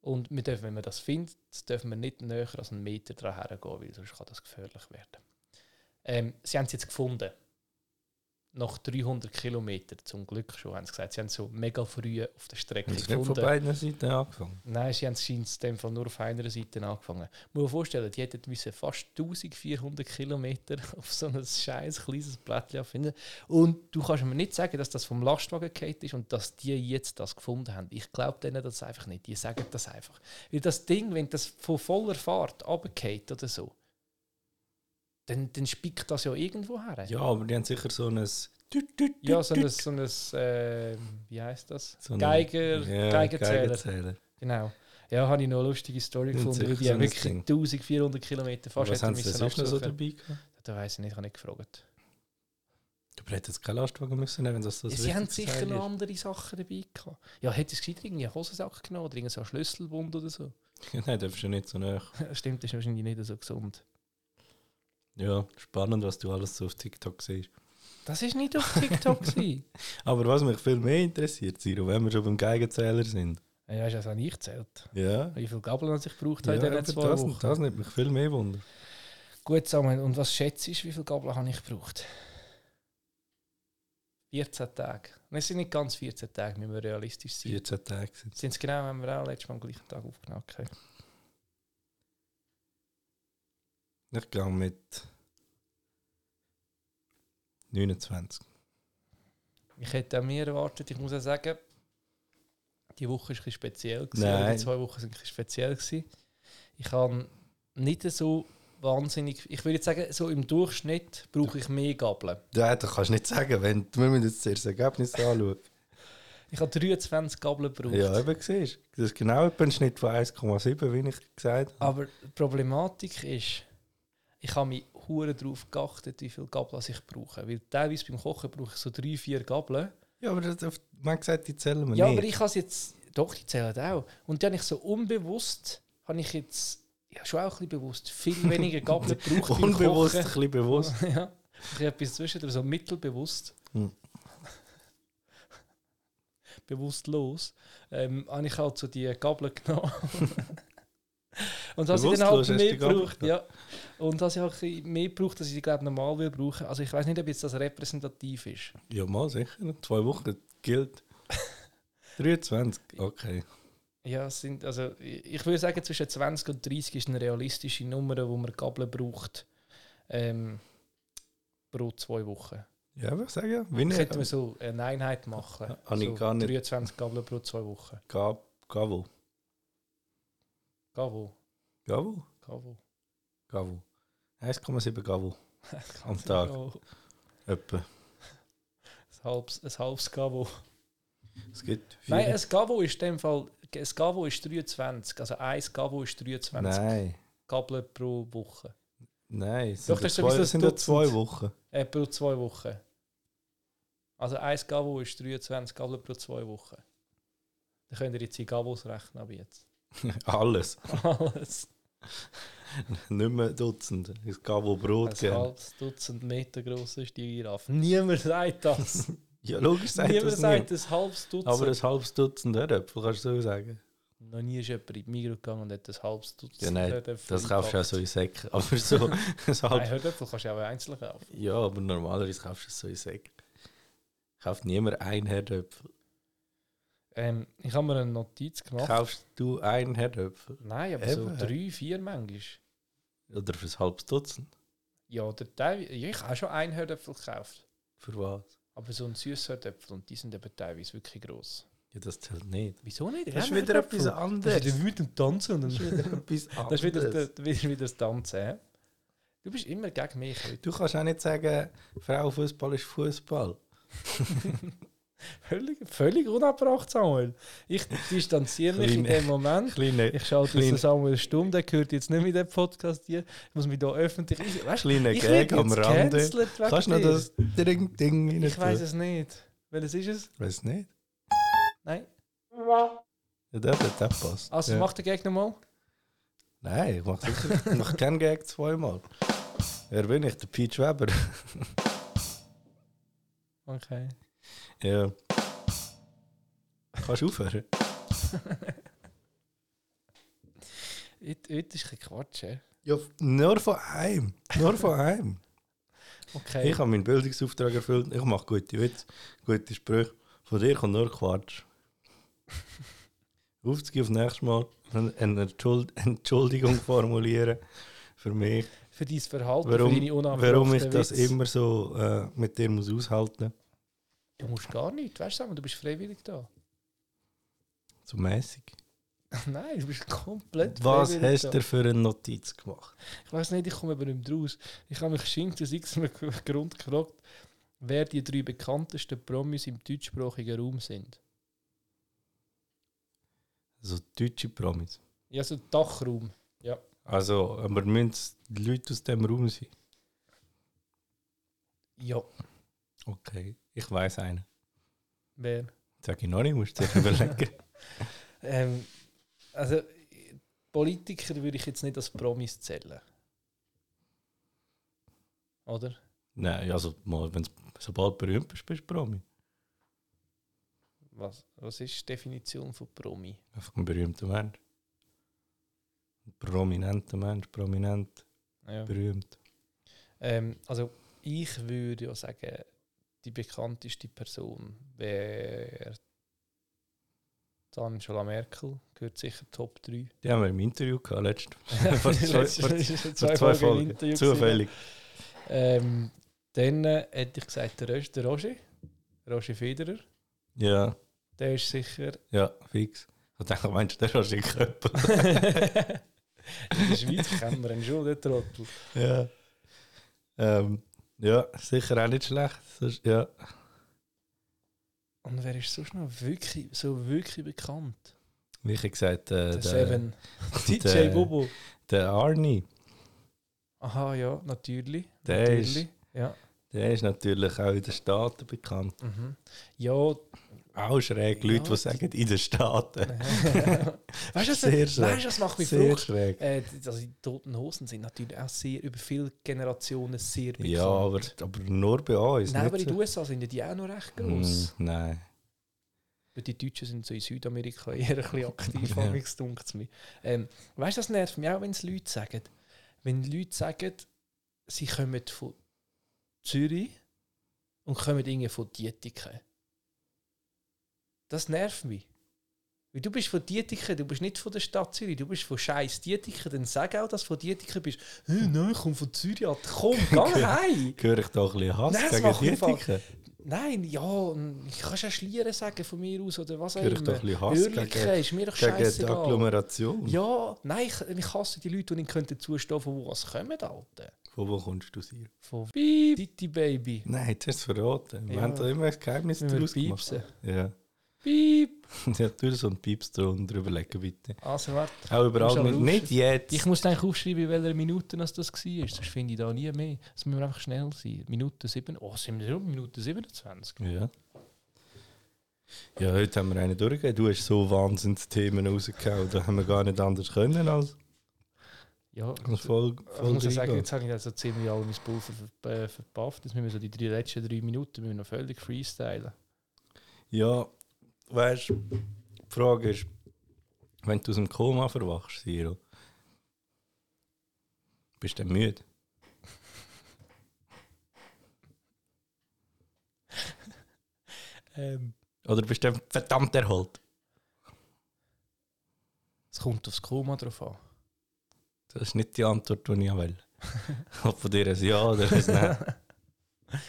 Speaker 2: Und wir dürfen, wenn man das findet, dürfen wir nicht näher als einen Meter dran hergehen, weil sonst kann das gefährlich werden. Ähm, sie haben es jetzt gefunden. Nach 300 Kilometern, zum Glück schon, haben sie gesagt. Sie haben es so mega früh auf der Strecke
Speaker 1: Haben sie nicht von
Speaker 2: gefunden.
Speaker 1: beiden Seiten angefangen?
Speaker 2: Nein, sie haben es in dem Fall nur auf einer Seite angefangen. Ich muss mir vorstellen, die hätten müssen fast 1400 Kilometer auf so ein scheiß kleines Blättchen finden. Und du kannst mir nicht sagen, dass das vom Lastwagen gefallen ist und dass die jetzt das gefunden haben. Ich glaube denen das einfach nicht. Die sagen das einfach. Weil das Ding, wenn das von voller Fahrt runterfällt oder so, dann, dann spickt das ja irgendwo her.
Speaker 1: Ja, aber die haben sicher so ein...
Speaker 2: Ja, so ein, so ein äh, wie heißt das?
Speaker 1: So ein-
Speaker 2: Geiger,
Speaker 1: Ja,
Speaker 2: Geigerzähler.
Speaker 1: Geigenzähler.
Speaker 2: Genau. Ja, habe ich noch eine lustige Story
Speaker 1: Das ist
Speaker 2: gefunden, weil
Speaker 1: sicher
Speaker 2: die
Speaker 1: so
Speaker 2: haben
Speaker 1: ein
Speaker 2: wirklich
Speaker 1: Ding.
Speaker 2: 1400 Kilometer fast
Speaker 1: Was
Speaker 2: hätten
Speaker 1: haben sie denn
Speaker 2: müssen
Speaker 1: sonst noch so
Speaker 2: absuchen.
Speaker 1: dabei gehabt?
Speaker 2: Da weiss ich nicht, habe ich gefragt.
Speaker 1: Du hättest keinen Lastwagen müssen nehmen, wenn das so ein
Speaker 2: Ja, sie haben
Speaker 1: wichtiges
Speaker 2: sicher
Speaker 1: Teil
Speaker 2: noch
Speaker 1: ist.
Speaker 2: andere Sachen dabei gehabt. Ja, hätte es gescheiter irgendwie einen Hosensack genommen oder irgendeinen so einen Schlüsselbund oder so.
Speaker 1: Nein, darfst du nicht so nah.
Speaker 2: Stimmt, das ist wahrscheinlich nicht so gesund.
Speaker 1: Ja, spannend, was du alles so auf TikTok siehst.
Speaker 2: Das war nicht auf TikTok. gewesen.
Speaker 1: Aber was mich viel mehr interessiert, Siro, wenn wir schon beim Geigenzähler sind.
Speaker 2: ja, hast du das auch nicht gezählt?
Speaker 1: Ja.
Speaker 2: Wie viele Gabeln hat ich gebraucht
Speaker 1: ja,
Speaker 2: habe
Speaker 1: eben
Speaker 2: in den halt zwei
Speaker 1: das,
Speaker 2: Wochen?
Speaker 1: das nimmt mich viel mehr Wunder.
Speaker 2: Gut, Samuel, und was schätzt du, wie viele Gabeln habe ich gebraucht? 14 Tage. Nein, Es sind nicht ganz 14 Tage, müssen wir realistisch sein.
Speaker 1: 14 Tage sind
Speaker 2: Sind es genau, haben wir auch letztes Mal am gleichen Tag aufgenommen. Okay.
Speaker 1: Ich gehe mit 29.
Speaker 2: Ich hätte auch mehr erwartet. Ich muss auch sagen, die Woche war ein bisschen speziell. Gewesen,
Speaker 1: Nein.
Speaker 2: Die zwei Wochen waren ein bisschen speziell. Gewesen. Ich habe nicht so wahnsinnig. Ich würde jetzt sagen, so im Durchschnitt brauche ich mehr Gabeln.
Speaker 1: Ja, das kannst du nicht sagen, wenn wir müssen jetzt zuerst das Ergebnis anschauen.
Speaker 2: Ich habe 23 Gabeln gebraucht.
Speaker 1: Ja, eben siehst du. Das ist genau etwa ein Schnitt von 1,7, wie ich gesagt habe.
Speaker 2: Aber die Problematik ist, ich habe mich hure darauf geachtet, wie viele Gabeln ich brauche. Weil teilweise beim Kochen brauche ich so drei, vier Gabeln.
Speaker 1: Ja, aber das, man hat gesagt, die zählen wir
Speaker 2: ja,
Speaker 1: nicht.
Speaker 2: aber ich habe es jetzt. Doch, die zählen auch. Und dann habe ich so unbewusst, habe ich jetzt ja, schon auch ein bisschen bewusst viel weniger Gabeln gebraucht. beim
Speaker 1: Unbewusst, ein
Speaker 2: Kochen.
Speaker 1: bisschen bewusst.
Speaker 2: ja. Ich habe etwas zwischen, aber so mittelbewusst.
Speaker 1: Hm.
Speaker 2: Bewusstlos. Ähm, habe ich halt so die Gabel genommen. Und dass ich dann
Speaker 1: Bewusstlos hast
Speaker 2: halt
Speaker 1: du
Speaker 2: mehr
Speaker 1: die Gabel
Speaker 2: gebraucht, ja. Und dass ich halt ein bisschen mehr gebraucht, dass ich die, glaube ich, normal will brauchen. Also ich weiß nicht, ob jetzt das repräsentativ ist.
Speaker 1: Ja, mal sicher. Zwei Wochen gilt. 23, okay.
Speaker 2: Ja, es sind, also ich ich würde sagen, zwischen 20 und 30 ist eine realistische Nummer, wo man Gabeln braucht ähm, pro zwei Wochen.
Speaker 1: Ja, ich würde sagen, wie
Speaker 2: Könnte man
Speaker 1: eine
Speaker 2: so eine Einheit machen.
Speaker 1: Ah, habe ähm, ich
Speaker 2: so
Speaker 1: gar nicht.
Speaker 2: 23 Gabeln pro zwei Wochen.
Speaker 1: Gab- Gavo.
Speaker 2: Gavo,
Speaker 1: Gavo?
Speaker 2: Gavo.
Speaker 1: Gavo. 1,7 Gavo. Am Tag.
Speaker 2: Gavo.
Speaker 1: Etwa.
Speaker 2: Ein halbes, ein halbes Gavo.
Speaker 1: Es gibt vier.
Speaker 2: Nein, ein Gavo ist in dem Fall, ein Gavo ist 23, also ein Gavo ist 23
Speaker 1: Nein.
Speaker 2: Gabeln pro Woche.
Speaker 1: Nein, es sind,
Speaker 2: Doch,
Speaker 1: ja
Speaker 2: das ist
Speaker 1: zwei,
Speaker 2: sowieso
Speaker 1: das sind ja
Speaker 2: ein
Speaker 1: zwei
Speaker 2: Dutzend.
Speaker 1: Wochen.
Speaker 2: Äh, pro zwei Wochen. Also ein Gavo ist 23 Gabeln pro zwei Wochen. Dann könnt ihr jetzt in Gavos rechnen ab jetzt.
Speaker 1: Alles.
Speaker 2: Alles.
Speaker 1: Nicht mehr Dutzend. Es Gavo Brot
Speaker 2: Ein
Speaker 1: geben.
Speaker 2: halbes Dutzend Meter groß ist die Giraffe. Niemand sagt das.
Speaker 1: Ja, logisch sagt
Speaker 2: Niemand
Speaker 1: das
Speaker 2: sagt
Speaker 1: nicht.
Speaker 2: ein halbes Dutzend.
Speaker 1: Aber ein halbes Dutzend Herdöpfel kannst du so sagen.
Speaker 2: Noch nie ist jemand in die Migros gegangen und hat ein halbes Dutzend.
Speaker 1: Ja, nein,
Speaker 2: Herdöpfel
Speaker 1: Das kaufst du auch so
Speaker 2: eingepackt.
Speaker 1: in Säcken. Aber so ein
Speaker 2: Nein,
Speaker 1: halbes...
Speaker 2: Herdöpfel kannst du auch einzeln kaufen.
Speaker 1: Ja, aber normalerweise kaufst du es so in Säcken. Kauft niemand ein Herdöpfel.
Speaker 2: Ähm, ich habe mir eine Notiz gemacht.
Speaker 1: Kaufst du ein Herdöpfel?
Speaker 2: Nein, aber so
Speaker 1: Eben.
Speaker 2: drei, vier manchmal.
Speaker 1: Oder für ein halbes Dutzend?
Speaker 2: Ja, oder teilweise. Ja, ich habe schon einen Herdöpfel gekauft.
Speaker 1: Für was?
Speaker 2: Aber so ein süßer Herdöpfel und die sind eben teilweise wirklich gross.
Speaker 1: Ja, das zählt nicht.
Speaker 2: Wieso nicht?
Speaker 1: Das ist wieder etwas anderes.
Speaker 2: Das ist wieder mit dem Tanzen. Und
Speaker 1: Das ist
Speaker 2: dem-
Speaker 1: wieder etwas
Speaker 2: das ist wieder,
Speaker 1: anderes.
Speaker 2: das- wieder, wieder das Tanzen. hä? Du bist immer gegen mich heute.
Speaker 1: Du kannst auch nicht sagen, Frauenfußball ist Fußball.
Speaker 2: Völlig, völlig unabbracht, Samuel. Ich distanziere mich in
Speaker 1: Kleine-
Speaker 2: dem Moment.
Speaker 1: Kleine,
Speaker 2: Ich schalte jetzt
Speaker 1: Kleine-
Speaker 2: den Samuel Stumm, der gehört jetzt nicht mit dem Podcast hier. Ich muss mich da öffentlich. Ich, weißt,
Speaker 1: kleine
Speaker 2: ich
Speaker 1: Gag
Speaker 2: werde
Speaker 1: am
Speaker 2: jetzt
Speaker 1: Rande.
Speaker 2: gecancelt wegen
Speaker 1: Kannst du noch
Speaker 2: dir.
Speaker 1: das Ding, Ding rein
Speaker 2: Ich weiß
Speaker 1: tun?
Speaker 2: es nicht. Welches ist es?
Speaker 1: Weiß nicht.
Speaker 2: Nein.
Speaker 1: Ja, der hat das passt.
Speaker 2: Also,
Speaker 1: ja.
Speaker 2: mach den Gag nochmal.
Speaker 1: Nein, ich mach sicher. ich mach keinen Gag zweimal. Wer bin ich? Der Peach Weber.
Speaker 2: Okay.
Speaker 1: ja. Kannst du aufhören?
Speaker 2: Heute, heute ist ein Quatsch, hä?
Speaker 1: Ja, nur von einem. Nur von einem.
Speaker 2: Okay.
Speaker 1: Ich habe meinen Bildungsauftrag erfüllt. Ich mache gute Witze, gute Sprüche. Von dir kommt nur Quatsch. Aufzugehen auf nächstes Mal eine Entschuld Entschuldigung formulieren für mich,
Speaker 2: für dein Verhalten,
Speaker 1: warum,
Speaker 2: für deine unabbrachten
Speaker 1: warum ich das
Speaker 2: Witze.
Speaker 1: immer so äh, mit dir muss aushalten
Speaker 2: Du musst gar nicht, weißt du, Samuel, du bist freiwillig da.
Speaker 1: so mäßig.
Speaker 2: Nein, du bist komplett
Speaker 1: Was
Speaker 2: freiwillig
Speaker 1: hast
Speaker 2: da.
Speaker 1: du für eine Notiz gemacht?
Speaker 2: Ich weiß nicht, ich komme aber nicht mehr raus. Ich habe mich geschenkt aus irgendeinem Grund gefragt, wer die drei bekanntesten Promis im deutschsprachigen Raum sind.
Speaker 1: So deutsche Promis.
Speaker 2: Ja, so Dachraum.
Speaker 1: Also, aber müssen die Leute aus dem Raum sein?
Speaker 2: Ja.
Speaker 1: Okay, ich weiß einen.
Speaker 2: Wer?
Speaker 1: Sag ich noch nicht, musst du dir überlegen.
Speaker 2: Ähm, also, Politiker würde ich jetzt nicht als Promis zählen. Oder?
Speaker 1: Nein, also mal, wenn's, sobald du berühmt bist, bist du Promi.
Speaker 2: Was, was ist die Definition von Promi?
Speaker 1: Einfach ein berühmter Mensch. Ein prominenter Mensch, prominent,
Speaker 2: Ja.
Speaker 1: berühmt.
Speaker 2: Ähm, also, ich würde ja sagen, die bekannteste Person wäre die Angela Merkel, gehört sicher Top 3.
Speaker 1: Die haben wir im Interview gehabt, letztes Vor
Speaker 2: Vor
Speaker 1: zwei- vor- vor zwei Folgen. Zufällig.
Speaker 2: Ähm, dann äh, hätte ich gesagt, der, Röst, der Roger, Roger Federer,
Speaker 1: Ja,
Speaker 2: der ist sicher.
Speaker 1: ja, fix. Ich dachte, meinst du, der hast du den Körper?
Speaker 2: In der Schweiz kennen wir ihn schon, den Trottel.
Speaker 1: Ja. Ähm, ja, sicher auch nicht schlecht. Sonst- Ja.
Speaker 2: Und wer ist sonst noch wirklich, so wirklich bekannt?
Speaker 1: Wie ich gesagt, äh,
Speaker 2: Der
Speaker 1: der,
Speaker 2: Seven. DJ
Speaker 1: der-
Speaker 2: Bobo.
Speaker 1: der Arnie,
Speaker 2: Aha, ja, natürlich.
Speaker 1: Der ist-
Speaker 2: natürlich. Ja.
Speaker 1: der ist natürlich auch in den Staaten bekannt.
Speaker 2: Mhm. Ja,
Speaker 1: Auch schräg Leute,
Speaker 2: Ja.
Speaker 1: die sagen, in den Staaten.
Speaker 2: weißt du, was,
Speaker 1: Sehr schräg.
Speaker 2: weißt, du, was macht mich
Speaker 1: Sehr
Speaker 2: froh?
Speaker 1: schräg.
Speaker 2: Äh, die- also die Toten Hosen sind natürlich auch sehr, über viele Generationen sehr bekannt.
Speaker 1: Ja, aber, aber nur bei uns.
Speaker 2: Nein,
Speaker 1: nicht
Speaker 2: aber in
Speaker 1: so-
Speaker 2: den USA sind ja die auch noch recht gross.
Speaker 1: Mm, nein.
Speaker 2: Weil Die Deutschen sind so in Südamerika eher ein bisschen aktiv,
Speaker 1: Ja.
Speaker 2: ja. dunkt mich. Ähm, weißt du, das nervt mich auch, wenn es Leute sagen. Wenn Leute sagen, sie kommen von Zürich und kommen irgendwie von Dietiken. Das nervt mich. Weil du bist von Dietiken, du bist nicht von der Stadt Zürich, du bist von scheiß Dietiken. Dann sag auch, dass du von Dietiken bist. «Hä, nein, ich komme von Zürich. ab. Komm, geh heim!
Speaker 1: Höre ich da ein bisschen Hass
Speaker 2: Nein, das macht
Speaker 1: gegen
Speaker 2: mich voll-
Speaker 1: Dietiken?
Speaker 2: Nein, ja, ich kann schon Schlieren sagen von mir aus oder was auch
Speaker 1: Höre ich da ein
Speaker 2: immer.
Speaker 1: bisschen Hass
Speaker 2: Hörlichkeit
Speaker 1: gegen,
Speaker 2: ist mir doch
Speaker 1: gegen die
Speaker 2: scheißegal.
Speaker 1: Agglomeration?
Speaker 2: Ja, nein, ich, ich hasse die Leute, die nicht können zustehen, von wo was kommen, Alter.
Speaker 1: Von wo kommst du hier?
Speaker 2: Von Piep, City Baby.
Speaker 1: Nein, jetzt hast du es verraten. Wir
Speaker 2: Ja.
Speaker 1: haben da immer ein Geheimnis
Speaker 2: Müssen wir
Speaker 1: draus gemacht.
Speaker 2: piepsen.
Speaker 1: Ja.
Speaker 2: Piep.
Speaker 1: ja, tu dir so einen Pieps drunter überlegen, bitte.
Speaker 2: Also warte.
Speaker 1: Auch überall.
Speaker 2: Muss
Speaker 1: Mit,
Speaker 2: aber
Speaker 1: nicht jetzt.
Speaker 2: Ich muss eigentlich aufschreiben, in welcher Minute das, das war. Sonst finde ich da nie mehr. Es müssen wir einfach schnell sein. Minute 7. Oh, sind wir schon? Minute 27.
Speaker 1: ja. Ja, heute haben wir einen durchgegeben. Du hast so Wahnsinnsthemen rausgehauen. Da haben wir gar nicht anders können als,
Speaker 2: Ja,
Speaker 1: als voll,
Speaker 2: ich
Speaker 1: voll
Speaker 2: muss ja sagen,
Speaker 1: reingehen.
Speaker 2: jetzt habe ich also ziemlich all mein Pulver ver äh, verpafft. Jetzt müssen wir so die drei letzten drei Minuten müssen wir noch völlig freestylen.
Speaker 1: Ja, weißt du, die Frage ist, wenn du aus dem Koma verwachst, Siro, bist du dann müde?
Speaker 2: Ähm.
Speaker 1: Oder bist du dann verdammt erholt?
Speaker 2: Es kommt aufs Koma drauf an.
Speaker 1: Das ist nicht die Antwort, die ich will. Ob von dir ein Ja oder ein Nein.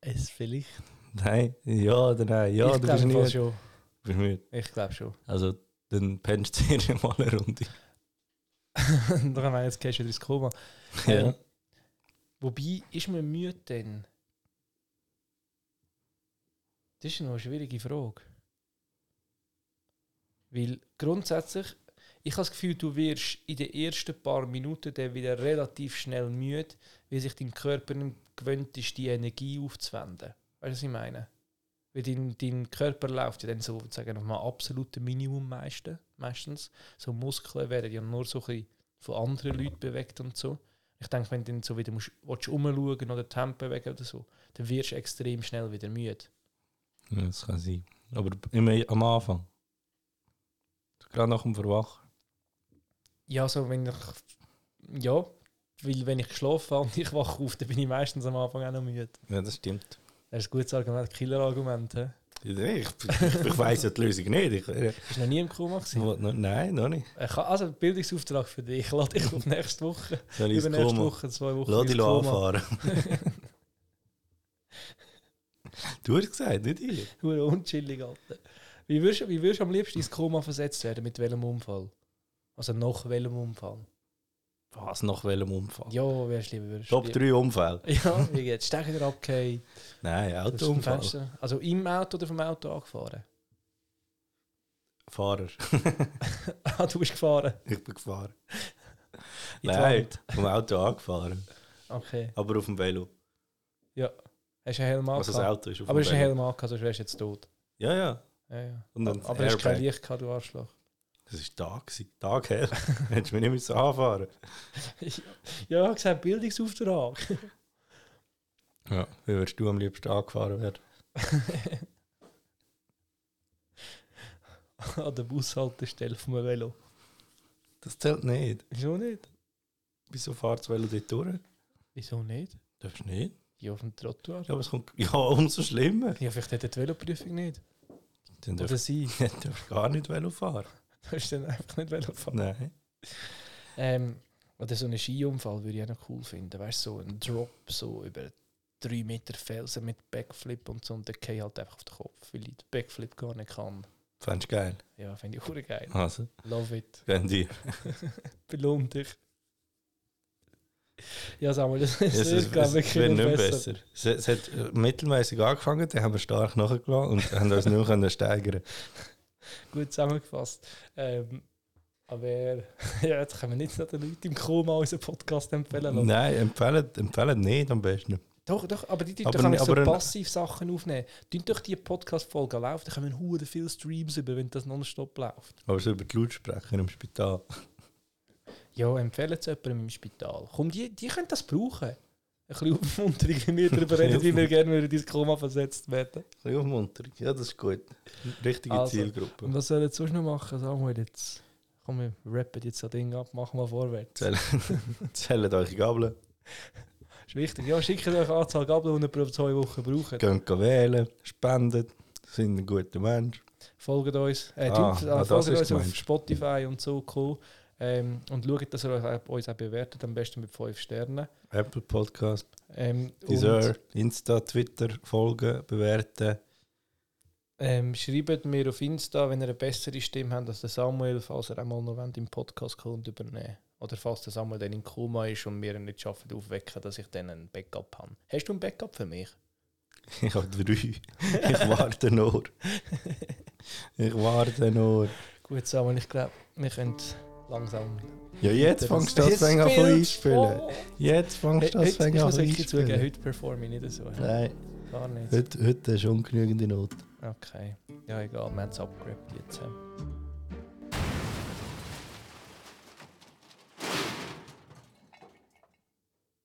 Speaker 2: Es vielleicht.
Speaker 1: Nein, ja oder nein. Ja,
Speaker 2: ich
Speaker 1: du bist
Speaker 2: glaube
Speaker 1: müde.
Speaker 2: schon.
Speaker 1: Du bist müde.
Speaker 2: Ich glaube schon.
Speaker 1: Also, dann pennst du dir mal eine Runde.
Speaker 2: Darum haben wir jetzt gehst du wieder ins Koma. Ähm,
Speaker 1: Ja.
Speaker 2: Wobei, ist man müde denn? Das ist noch eine schwierige Frage. Weil grundsätzlich, ich habe das Gefühl, du wirst in den ersten paar Minuten dann wieder relativ schnell müde, weil sich dein Körper nicht gewöhnt ist, die Energie aufzuwenden. Weißt du, was ich meine? Weil dein, dein Körper läuft ja dann so, sagen wir mal, absolute Minimum meiste, meistens. So Muskeln werden ja nur so ein bisschen von anderen Leuten bewegt und so. Ich denke, wenn du dann so wieder musst, willst umschauen oder Tempo bewegen oder so, dann wirst du extrem schnell wieder müde.
Speaker 1: ja, das kann sein. Aber immer am Anfang. Gerade nach dem Verwachen.
Speaker 2: Ja, so wenn ich. Ja, weil wenn ich geschlafen habe und ich wache auf, dann bin ich meistens am Anfang auch noch müde.
Speaker 1: Ja, das stimmt.
Speaker 2: Das ist ein gutes Argument, Killer-Argument. hä?
Speaker 1: Ich, ich, ich weiss ja die Lösung nicht. Ich,
Speaker 2: Bist du noch nie im Koma gewesen?
Speaker 1: Wo- no- nein, noch nicht.
Speaker 2: Äh, ka- Also, Bildungsauftrag für dich. Ich lade dich auf nächste Woche.
Speaker 1: Soll ich ins
Speaker 2: Übernächste
Speaker 1: Koma?
Speaker 2: Woche, zwei Wochen.
Speaker 1: Lass
Speaker 2: ins
Speaker 1: dich
Speaker 2: Koma.
Speaker 1: anfahren. du hast gesagt, nicht ich.
Speaker 2: Hure unchillig, Alter. Wie würdest, wie würdest du am liebsten ins Koma versetzt werden? Mit welchem Unfall? Also nach welchem Unfall?
Speaker 1: Was, nach welchem Unfall?
Speaker 2: Ja, wärst du lieber würdest du
Speaker 1: Top 3 Unfall.
Speaker 2: lieber- Ja, wie geht's? Stecker abgehängt,
Speaker 1: Nein,
Speaker 2: aus dem
Speaker 1: Autounfall.
Speaker 2: Fenster. Also im Auto oder vom Auto angefahren?
Speaker 1: Fahrer.
Speaker 2: Ah, du bist gefahren.
Speaker 1: Ich bin gefahren.
Speaker 2: In die
Speaker 1: Nein,
Speaker 2: Wand.
Speaker 1: vom Auto angefahren.
Speaker 2: Okay.
Speaker 1: Aber auf dem Velo.
Speaker 2: Hast du einen Helm
Speaker 1: Also das
Speaker 2: angehabt?
Speaker 1: Auto ist auf
Speaker 2: Ah, Aber
Speaker 1: dem
Speaker 2: hast du einen
Speaker 1: Velo.
Speaker 2: Helm angehabt, sonst wärst du jetzt tot.
Speaker 1: Ja, ja.
Speaker 2: Ja, ja.
Speaker 1: Und dann
Speaker 2: Aber hast du kein
Speaker 1: Airbag.
Speaker 2: Licht gehabt, du Arschloch.
Speaker 1: Das war Tag. gewesen. Tag her. Hättest du mich nicht müssen anfahren
Speaker 2: Ja, ich habe gesagt, Bildungsauftrag.
Speaker 1: Ja. Wie würdest du am liebsten angefahren werden?
Speaker 2: An der Bushaltestelle vom Velo.
Speaker 1: Das zählt nicht.
Speaker 2: Wieso nicht?
Speaker 1: Wieso fährt das Velo dort durch?
Speaker 2: Wieso nicht?
Speaker 1: Darfst du nicht?
Speaker 2: Ja, auf dem Trottoir.
Speaker 1: Ja, aber es kommt... Ja, umso schlimmer.
Speaker 2: Ja, vielleicht hat er die Veloprüfung nicht.
Speaker 1: Dann darfst
Speaker 2: Oder sie.
Speaker 1: du darfst gar nicht Velo fahren.
Speaker 2: Du hast dann einfach nicht Velo fahren.
Speaker 1: Nein.
Speaker 2: Ähm, oder so einen Skiunfall würde ich auch noch cool finden. Weißt du, so ein Drop so über drei Meter Felsen mit Backflip und so und der Kay halt einfach auf den Kopf, weil ich den Backflip gar nicht kann.
Speaker 1: Fändest du geil?
Speaker 2: Ja, finde ich hure geil.
Speaker 1: Also,
Speaker 2: Love it.
Speaker 1: gönn dir.
Speaker 2: Belohn dich. Ja, Samuel, das ist
Speaker 1: Es, es, es wird nicht besser. Es, es hat äh, mittelmäßig angefangen, dann haben wir stark nachgelassen und haben uns nicht mehr können steigern
Speaker 2: Gut zusammengefasst. Ähm, aber ja, jetzt können wir nicht noch den Leuten im Koma unseren Podcast empfehlen. oder?
Speaker 1: Nein, empfehlen, empfehlen nicht am besten.
Speaker 2: Doch, doch, aber die tun
Speaker 1: Aber
Speaker 2: doch
Speaker 1: ne-
Speaker 2: auch so
Speaker 1: aber ein-
Speaker 2: passiv Sachen aufnehmen. Tun doch die Podcast-Folge laufen, dann kommen hure viele Streams über, wenn das nonstop läuft.
Speaker 1: Aber so über die Lautsprecher im Spital.
Speaker 2: Ja, empfehlen es jemandem im Spital. Komm, die, die können das brauchen. Ein bisschen Aufmunterung, wenn wir darüber reden, wie wir gerne würden ins Koma versetzt werden.
Speaker 1: Ein bisschen Aufmunterung. Ja, das ist gut. Richtige
Speaker 2: Also, Und
Speaker 1: Zielgruppe.
Speaker 2: was sollen wir sonst noch machen, Samuel? Jetzt, komm, wir rappen jetzt das Ding ab, machen wir vorwärts.
Speaker 1: Zählen, zählen eure Gabeln,
Speaker 2: ist wichtig. Ja, schickt euch eine Anzahl Gabeln, die ihr pro zwei Wochen braucht.
Speaker 1: geht wählen, spendet, sind ein guter Mensch.
Speaker 2: Folgt uns, äh,
Speaker 1: Ah,
Speaker 2: tut- äh,
Speaker 1: ah, das
Speaker 2: folgt
Speaker 1: ist
Speaker 2: uns auf
Speaker 1: gemeint.
Speaker 2: Spotify und so. Co. Ähm, und schaut, dass ihr euch- uns auch bewertet, am besten mit 5 Sternen.
Speaker 1: Apple Podcast,
Speaker 2: Ähm, und,
Speaker 1: Deezer, Insta, Twitter, folgen, bewerten.
Speaker 2: Ähm, schreibt mir auf Insta, wenn ihr eine bessere Stimme habt als der Samuel, falls er einmal noch wollt, im Podcast kommt, übernehmen. Oder falls der Samuel dann im Koma ist und wir ihn nicht schaffen aufwecken, dass ich dann ein Backup habe. Hast du ein Backup für mich?
Speaker 1: Ich habe drei. Ich warte nur. Ich warte nur.
Speaker 2: Gut, Samuel, ich glaube, wir können langsam.
Speaker 1: Ja, jetzt fangst du das Fänger an von einspielen. Jetzt fangst du
Speaker 2: Heute,
Speaker 1: das
Speaker 2: heute, ich
Speaker 1: Fänger an
Speaker 2: muss
Speaker 1: von
Speaker 2: wirklich zugeben,
Speaker 1: einspielen. Äh,
Speaker 2: heute performe ich nicht so.
Speaker 1: Nein,
Speaker 2: Gar nicht.
Speaker 1: heute, heute ist ungenügende Not.
Speaker 2: Okay. Ja, egal, wir haben es abgerappt jetzt. hä?